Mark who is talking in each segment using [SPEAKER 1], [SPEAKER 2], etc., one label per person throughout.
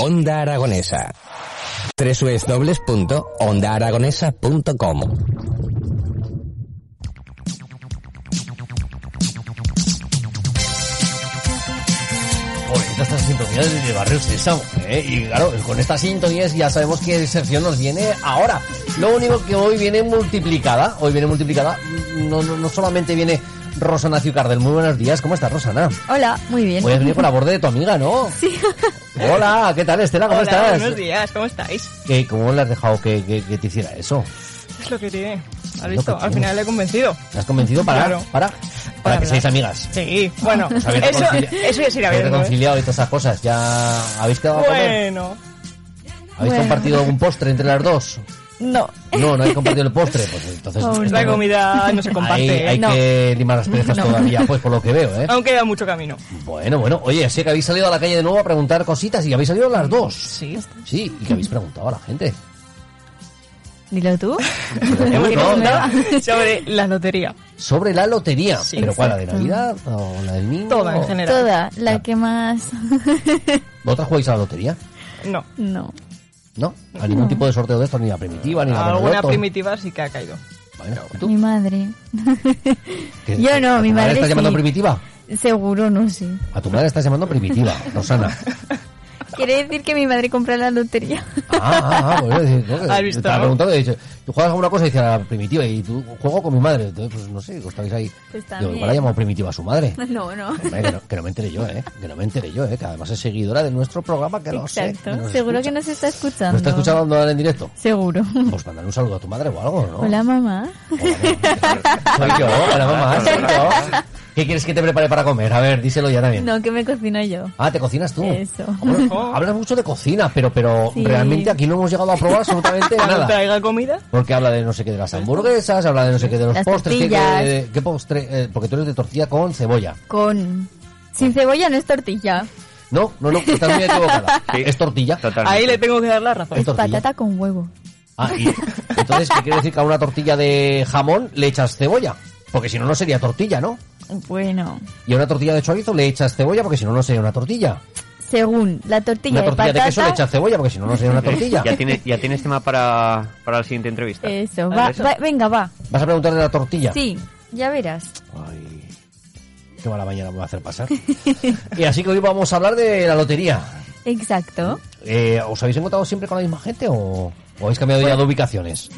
[SPEAKER 1] Onda Aragonesa. www.ondaaragonesa.com
[SPEAKER 2] Bonita esta sintonía de Barrio Sésamo, ¿eh? Y claro, con estas sintonías ya sabemos que sección nos viene ahora. Lo único que hoy viene multiplicada, hoy viene multiplicada, no, no, no solamente viene Rosana Ciucardel. Muy buenos días, ¿cómo estás, Rosana?
[SPEAKER 3] Hola, muy bien.
[SPEAKER 2] Hoy has venido por la borde de tu amiga, ¿no?
[SPEAKER 3] Sí.
[SPEAKER 2] Hola, ¿qué tal, Estela? ¿Cómo
[SPEAKER 4] Hola,
[SPEAKER 2] estás?
[SPEAKER 4] buenos días, ¿cómo estáis?
[SPEAKER 2] ¿Qué, ¿Cómo le has dejado que, que- que te hiciera eso?
[SPEAKER 4] Es lo que tiene. ¿Has
[SPEAKER 2] que
[SPEAKER 4] visto?
[SPEAKER 2] tiene.
[SPEAKER 4] Al final le he convencido.
[SPEAKER 2] ¿Te has convencido para,
[SPEAKER 4] Claro.
[SPEAKER 2] para, para, que
[SPEAKER 4] hablar.
[SPEAKER 2] seáis amigas?
[SPEAKER 4] Sí, bueno,
[SPEAKER 2] Os habéis
[SPEAKER 4] eso,
[SPEAKER 2] reconcilia-
[SPEAKER 4] eso ya se irá
[SPEAKER 2] habéis
[SPEAKER 4] viendo. ¿eh?
[SPEAKER 2] reconciliado y todas esas cosas. ¿Ya habéis quedado a comer?
[SPEAKER 4] Bueno,
[SPEAKER 2] ¿Habéis
[SPEAKER 3] Bueno.
[SPEAKER 2] compartido un postre entre las dos?
[SPEAKER 4] no.
[SPEAKER 2] No, no habéis compartido el postre. Pues entonces.
[SPEAKER 3] Aún
[SPEAKER 2] entonces-
[SPEAKER 4] La comida no se
[SPEAKER 2] Ahí
[SPEAKER 4] comparte.
[SPEAKER 2] Hay,
[SPEAKER 4] ¿eh?
[SPEAKER 3] No.
[SPEAKER 2] que limar las perezas todavía, pues por lo que veo, ¿eh?
[SPEAKER 4] Aún queda mucho camino.
[SPEAKER 2] Bueno, bueno. Oye, sé que habéis salido a la calle de nuevo a preguntar cositas y habéis salido las dos.
[SPEAKER 4] Sí.
[SPEAKER 2] Sí, y que habéis preguntado a la gente.
[SPEAKER 3] Dilo tú.
[SPEAKER 2] Pero
[SPEAKER 4] Hemos
[SPEAKER 2] tú,
[SPEAKER 3] no,
[SPEAKER 4] preguntado
[SPEAKER 2] ¿no?
[SPEAKER 4] sobre la lotería.
[SPEAKER 2] Sobre la lotería.
[SPEAKER 4] Sí,
[SPEAKER 2] ¿Pero cuál? ¿La de
[SPEAKER 3] exacto.
[SPEAKER 2] Navidad o la del niño?
[SPEAKER 4] Toda en general.
[SPEAKER 3] Toda,
[SPEAKER 2] Ah.
[SPEAKER 3] la que más...
[SPEAKER 2] ¿Vosotras jugáis a la lotería?
[SPEAKER 4] No.
[SPEAKER 3] No.
[SPEAKER 2] ¿No? ¿A ningún tipo de sorteo de esto? Ni la primitiva, ni la del
[SPEAKER 4] Alguna
[SPEAKER 2] loto?
[SPEAKER 4] primitiva sí que ha caído.
[SPEAKER 2] Bueno,
[SPEAKER 3] Mi
[SPEAKER 2] ¿tú?
[SPEAKER 3] madre.
[SPEAKER 2] ¿Qué-
[SPEAKER 3] Yo no,
[SPEAKER 2] ¿A
[SPEAKER 3] mi
[SPEAKER 2] tu
[SPEAKER 3] madre
[SPEAKER 2] ¿Estás llamando
[SPEAKER 3] sí.
[SPEAKER 2] primitiva?
[SPEAKER 3] Seguro no sé.
[SPEAKER 2] A tu madre estás llamando primitiva, Rosana.
[SPEAKER 3] Quiere decir que mi madre compra la lotería.
[SPEAKER 2] Ah, ah, ah, pues, eh, creo que
[SPEAKER 4] ¿Has visto?
[SPEAKER 2] Te ha preguntado y he dicho, tú juegas a una cosa y dice a la primitiva y tú juego con mi madre. Entonces, pues no sé, os estáis ahí.
[SPEAKER 3] Pues
[SPEAKER 2] Digo,
[SPEAKER 3] también.
[SPEAKER 2] igual ha llamado primitiva a su madre.
[SPEAKER 3] No, no.
[SPEAKER 2] Hombre, que, no, que no me enteré yo, ¿eh? Que no me enteré yo, ¿eh? Que además es seguidora de nuestro programa, que lo sé.
[SPEAKER 3] Exacto. Seguro que
[SPEAKER 2] no.
[SPEAKER 3] nos está escuchando.
[SPEAKER 2] ¿No está escuchando ahora en directo?
[SPEAKER 3] Seguro.
[SPEAKER 2] Pues mandar un saludo a tu madre o algo, ¿no?
[SPEAKER 3] Hola, mamá.
[SPEAKER 2] Soy yo, hola mamá, soy yo. ¿Qué quieres que te prepare para comer? A ver, díselo ya también.
[SPEAKER 3] No, que me cocino yo.
[SPEAKER 2] Ah, ¿te cocinas tú?
[SPEAKER 3] Eso.
[SPEAKER 2] Hombre, hablas mucho de cocina, pero, pero
[SPEAKER 3] Sí.
[SPEAKER 2] realmente aquí no hemos llegado a probar absolutamente
[SPEAKER 4] Cuando
[SPEAKER 2] nada.
[SPEAKER 4] traiga comida,
[SPEAKER 2] Porque habla de no sé qué de las hamburguesas, habla de no sé qué de los
[SPEAKER 3] Las
[SPEAKER 2] postres. ¿qué,
[SPEAKER 3] tortillas.
[SPEAKER 2] qué- qué postre? Eh, porque tú eres de tortilla con cebolla.
[SPEAKER 3] Con... Sin cebolla no es tortilla.
[SPEAKER 2] No, no, no, estás muy equivocada. Es tortilla.
[SPEAKER 5] Totalmente.
[SPEAKER 4] ahí le tengo que dar la razón.
[SPEAKER 2] ¿Es
[SPEAKER 3] Es
[SPEAKER 2] tortilla?
[SPEAKER 3] patata con huevo.
[SPEAKER 2] Ah, y entonces, ¿qué quiere decir que a una tortilla de jamón le echas cebolla? Porque si no, no sería tortilla, ¿no?
[SPEAKER 3] Bueno,
[SPEAKER 2] Y a una tortilla de chorizo le echas cebolla porque si no, no sería una tortilla.
[SPEAKER 3] según la tortilla,
[SPEAKER 2] Una tortilla de
[SPEAKER 3] patata...
[SPEAKER 2] queso le echas cebolla porque si no, no sería una tortilla.
[SPEAKER 5] Ya tienes, ya tienes tema para, para la siguiente entrevista.
[SPEAKER 2] Ah,
[SPEAKER 3] Eso,
[SPEAKER 5] ¿Vale?
[SPEAKER 3] va, va- venga, va.
[SPEAKER 2] ¿Vas a preguntar de la tortilla?
[SPEAKER 3] Sí, ya verás.
[SPEAKER 2] Ay, qué mala mañana me va a hacer pasar. y así que hoy vamos a hablar de la lotería.
[SPEAKER 3] Exacto.
[SPEAKER 2] Eh, ¿Os habéis encontrado siempre con la misma gente o, o habéis cambiado ya de ubicaciones?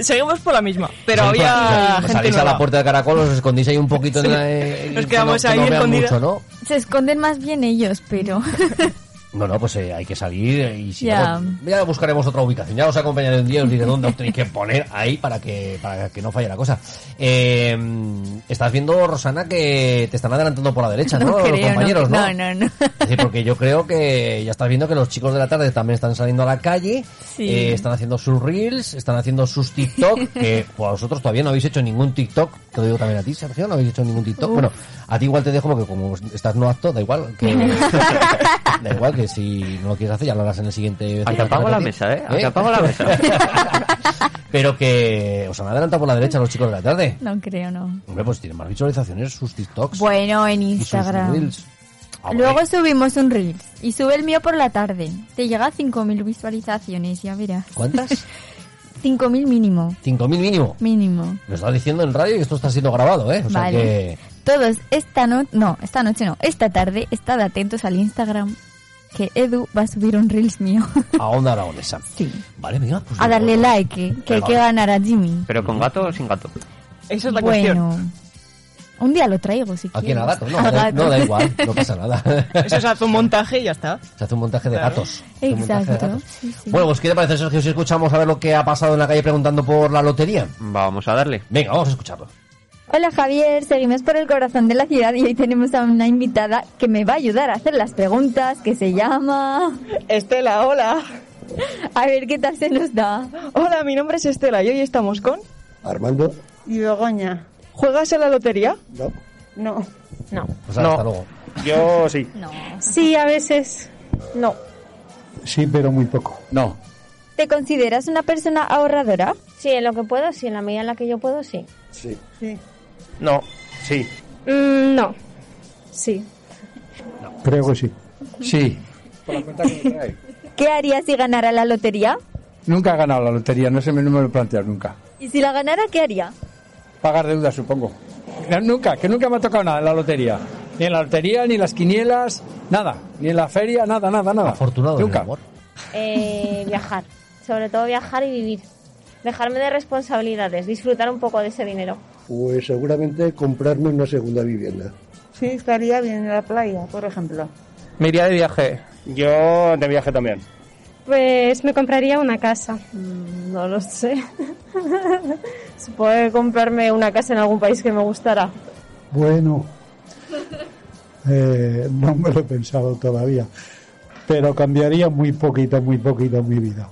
[SPEAKER 4] Seguimos por la misma, pero
[SPEAKER 2] Siempre-
[SPEAKER 4] había
[SPEAKER 2] o sea,
[SPEAKER 4] gente
[SPEAKER 2] Salís a la
[SPEAKER 4] nueva.
[SPEAKER 2] puerta de caracol, os escondéis ahí un poquito en la, eh,
[SPEAKER 4] Nos
[SPEAKER 2] que
[SPEAKER 4] quedamos
[SPEAKER 2] no- que
[SPEAKER 4] ahí
[SPEAKER 2] no vean
[SPEAKER 4] escondidas.
[SPEAKER 2] mucho, ¿no?
[SPEAKER 3] Se esconden más bien ellos,
[SPEAKER 2] Mm.
[SPEAKER 3] pero...
[SPEAKER 2] No, no, pues eh, hay que salir eh, y si
[SPEAKER 3] Ya.
[SPEAKER 2] no, ya buscaremos otra ubicación. Ya os acompañaré un día y os diré dónde os tenéis que poner ahí para que, para que no falle la cosa. Eh, estás viendo, Rosana, que te están adelantando por la derecha, Ah, ¿no? Los
[SPEAKER 3] creo,
[SPEAKER 2] compañeros, ¿no?
[SPEAKER 3] no, no, no.
[SPEAKER 2] Es decir, porque yo creo que ya estás viendo que los chicos de la tarde también están saliendo a la calle,
[SPEAKER 3] Sí.
[SPEAKER 2] eh, están haciendo sus reels, están haciendo sus TikTok, que pues, vosotros todavía no habéis hecho ningún TikTok, te lo digo también a ti, Sergio, no habéis hecho ningún TikTok. Bueno, a ti igual te dejo porque como estás no acto, da igual que da igual que si no lo quieres hacer ya lo harás en el siguiente.
[SPEAKER 5] Aquí Ah, apago la mesa, ¿eh? Aquí apago la mesa.
[SPEAKER 2] Pero que os han adelantado por la derecha los chicos de la tarde.
[SPEAKER 3] No creo, no.
[SPEAKER 2] Hombre, pues tienen más visualizaciones sus TikToks
[SPEAKER 3] Bueno, en
[SPEAKER 2] y sus
[SPEAKER 3] Instagram.
[SPEAKER 2] reels. Ah, bueno,
[SPEAKER 3] Luego subimos un Reels y sube el mío por la tarde. Te llega a 5.000 visualizaciones, ya verás.
[SPEAKER 2] ¿Cuántas?
[SPEAKER 3] 5.000 mínimo,
[SPEAKER 2] 5.000 mínimo.
[SPEAKER 3] mínimo.
[SPEAKER 2] Lo estás diciendo en radio y esto está siendo grabado, ¿eh? O sea
[SPEAKER 3] vale.
[SPEAKER 2] que...
[SPEAKER 3] Todos esta noche, no, esta noche no, esta tarde, estad atentos al Instagram que Edu va a subir un Reels mío.
[SPEAKER 2] A onda aragonesa.
[SPEAKER 3] sí.
[SPEAKER 2] Vale, mira. Pues
[SPEAKER 3] A
[SPEAKER 2] luego-
[SPEAKER 3] darle like, eh, que hay que
[SPEAKER 2] Venga.
[SPEAKER 3] ganar a Jimmy.
[SPEAKER 5] ¿Pero con gato o sin gato?
[SPEAKER 4] Esa es la cuestión.
[SPEAKER 3] bueno, un día lo traigo si
[SPEAKER 2] ¿A
[SPEAKER 3] quieres.
[SPEAKER 2] quién? ¿A gato? No,
[SPEAKER 3] A
[SPEAKER 2] da,
[SPEAKER 3] gato.
[SPEAKER 2] no, da igual. No pasa nada.
[SPEAKER 4] Eso se hace un montaje y ya está.
[SPEAKER 2] Se hace un montaje de
[SPEAKER 4] Claro.
[SPEAKER 2] gatos. Se hace un montaje de
[SPEAKER 3] Exacto,
[SPEAKER 2] gatos.
[SPEAKER 3] sí, sí.
[SPEAKER 2] Bueno, pues ¿qué te parece, Sergio, si escuchamos a ver lo que ha pasado en la calle preguntando por la lotería?
[SPEAKER 5] Vamos a darle.
[SPEAKER 2] Venga, vamos a escucharlo.
[SPEAKER 3] Hola Javier, seguimos por el corazón de la ciudad y hoy tenemos a una invitada que me va a ayudar a hacer las preguntas, que se llama...
[SPEAKER 4] Estela, hola.
[SPEAKER 3] A ver qué tal se nos da.
[SPEAKER 4] Hola, mi nombre es Estela y hoy estamos con...
[SPEAKER 6] Armando,
[SPEAKER 7] Y Begoña.
[SPEAKER 4] ¿Juegas a la lotería?
[SPEAKER 6] no.
[SPEAKER 7] No. No.
[SPEAKER 2] Pues hasta
[SPEAKER 5] No.
[SPEAKER 2] luego.
[SPEAKER 8] Yo sí.
[SPEAKER 3] No.
[SPEAKER 7] Sí, a veces. No.
[SPEAKER 6] Sí, pero muy poco.
[SPEAKER 8] No.
[SPEAKER 3] ¿Te consideras una persona ahorradora?
[SPEAKER 9] Sí, en lo que puedo, sí, en la medida en la que yo puedo, sí.
[SPEAKER 6] Sí.
[SPEAKER 8] No. Sí.
[SPEAKER 9] Mm, no. Sí.
[SPEAKER 6] Creo que sí.
[SPEAKER 10] Sí.
[SPEAKER 3] ¿Qué harías si ganara la lotería?
[SPEAKER 10] Nunca he ganado la lotería, no se me, no me lo he planteado nunca.
[SPEAKER 3] ¿Y si la ganara, qué haría?
[SPEAKER 10] Pagar deudas, supongo. No, nunca, que nunca me ha tocado nada en la lotería. Ni en la lotería, ni en las quinielas, nada. Ni en la feria, nada, nada, nada.
[SPEAKER 2] Afortunado en el
[SPEAKER 10] Nunca.
[SPEAKER 2] amor.
[SPEAKER 9] Eh, viajar. Sobre todo viajar y vivir. Dejarme de responsabilidades, disfrutar un poco de ese dinero.
[SPEAKER 6] Pues seguramente comprarme una segunda vivienda.
[SPEAKER 7] Sí, estaría bien en la playa, por ejemplo.
[SPEAKER 5] Me iría de viaje.
[SPEAKER 8] Yo de viaje también.
[SPEAKER 9] Pues me compraría una casa. Mm,
[SPEAKER 7] No lo sé. Se puede comprarme una casa en algún país que me gustara.
[SPEAKER 6] Bueno, eh, no me lo he pensado todavía, pero cambiaría muy poquito, muy poquito mi vida.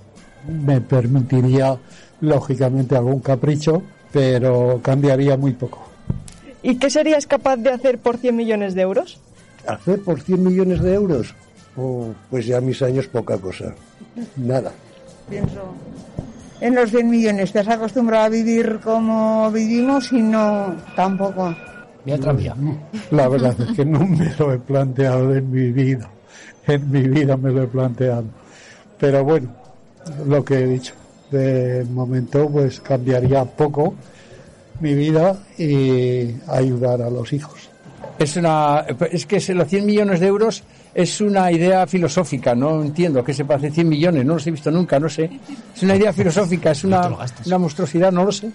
[SPEAKER 6] Me permitiría, lógicamente, algún capricho, pero cambiaría muy poco.
[SPEAKER 4] ¿Y qué serías capaz de hacer por 100 millones de euros?
[SPEAKER 6] ¿Hacer por 100 millones de euros? Oh, pues ya a mis años poca cosa. Nada.
[SPEAKER 7] Pienso en los 100 millones. Te has acostumbrado a vivir como vivimos y no tampoco.
[SPEAKER 2] Mira el tranvía.
[SPEAKER 6] La verdad es que no me lo he planteado en mi vida. En mi vida me lo he planteado. Pero bueno, lo que he dicho. De momento pues cambiaría poco mi vida y ayudar a los hijos.
[SPEAKER 10] Es una, es que se- los 100 millones de euros es una idea filosófica, no entiendo qué se parece 100 millones, no los he visto nunca, no sé. Es una idea filosófica, es
[SPEAKER 2] No te
[SPEAKER 10] una,
[SPEAKER 2] lo gastes.
[SPEAKER 10] una monstruosidad, no lo sé.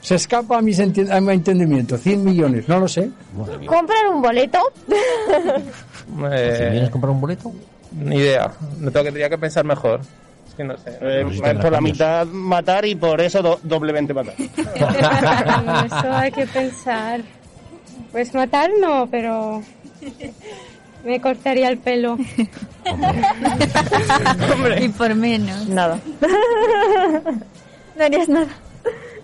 [SPEAKER 10] Se escapa a, mis enti- a mi entendimiento, 100 millones, no lo sé.
[SPEAKER 9] ¿Comprar un boleto?
[SPEAKER 11] Eh.
[SPEAKER 2] Si vienes a comprar un boleto,
[SPEAKER 10] Eh, Ni idea, me tendría que pensar mejor.
[SPEAKER 8] Eh,
[SPEAKER 2] Pues sí, tendrá
[SPEAKER 8] por la
[SPEAKER 2] cambios.
[SPEAKER 8] mitad matar y por eso do- doblemente matar.
[SPEAKER 9] Eso hay que pensar. Pues matar no, pero me cortaría el pelo.
[SPEAKER 3] Y por menos.
[SPEAKER 7] Nada.
[SPEAKER 3] No harías nada.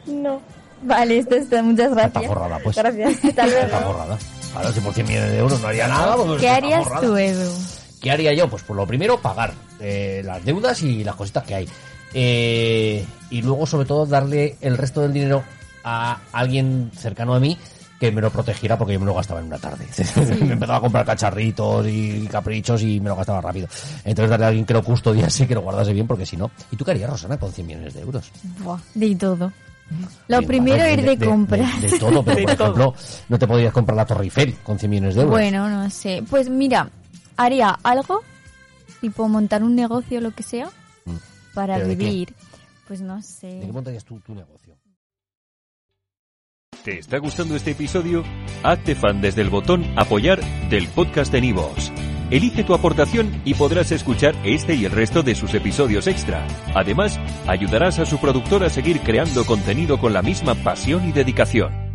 [SPEAKER 3] No. Vale, esto está, muchas
[SPEAKER 2] está
[SPEAKER 3] gracias.
[SPEAKER 2] forrada, pues.
[SPEAKER 3] Gracias. Hasta
[SPEAKER 2] Está
[SPEAKER 3] luego.
[SPEAKER 2] forrada. Ahora, si por 100 millones de euros no haría nada, pues
[SPEAKER 3] ¿Qué
[SPEAKER 2] está
[SPEAKER 3] harías
[SPEAKER 2] forrada.
[SPEAKER 3] tú, Edu?
[SPEAKER 2] ¿Qué haría yo? Pues por lo primero pagar eh, las deudas y las cositas que hay. Eh, y luego, sobre todo, darle el resto del dinero a alguien cercano a mí que me lo protegiera porque yo me lo gastaba en una tarde. me empezaba a comprar cacharritos y caprichos y me lo gastaba rápido. Entonces darle a alguien que lo custodiase, que lo guardase bien, porque si no... ¿Y tú qué harías, Rosana, con 100 millones de euros?
[SPEAKER 3] Buah, de todo. Lo
[SPEAKER 2] De-
[SPEAKER 3] primero
[SPEAKER 2] vale,
[SPEAKER 3] ir de, compras.
[SPEAKER 2] De, de todo, pero por ejemplo, no te podrías comprar la Torre Eiffel con 100 millones de euros.
[SPEAKER 3] Bueno, no sé. Pues mira, haría algo, tipo montar un negocio, lo que sea,
[SPEAKER 2] Mm.
[SPEAKER 3] para
[SPEAKER 2] ¿Pero de qué?
[SPEAKER 3] vivir. Pues no
[SPEAKER 2] ¿De qué
[SPEAKER 3] sé.
[SPEAKER 2] montarías tú tu negocio?
[SPEAKER 11] ¿Te está gustando este episodio? Hazte fan desde el botón Apoyar del podcast de Nivos. Elige tu aportación y podrás escuchar este y el resto de sus episodios extra. Además, ayudarás a su productor a seguir creando contenido con la misma pasión y dedicación.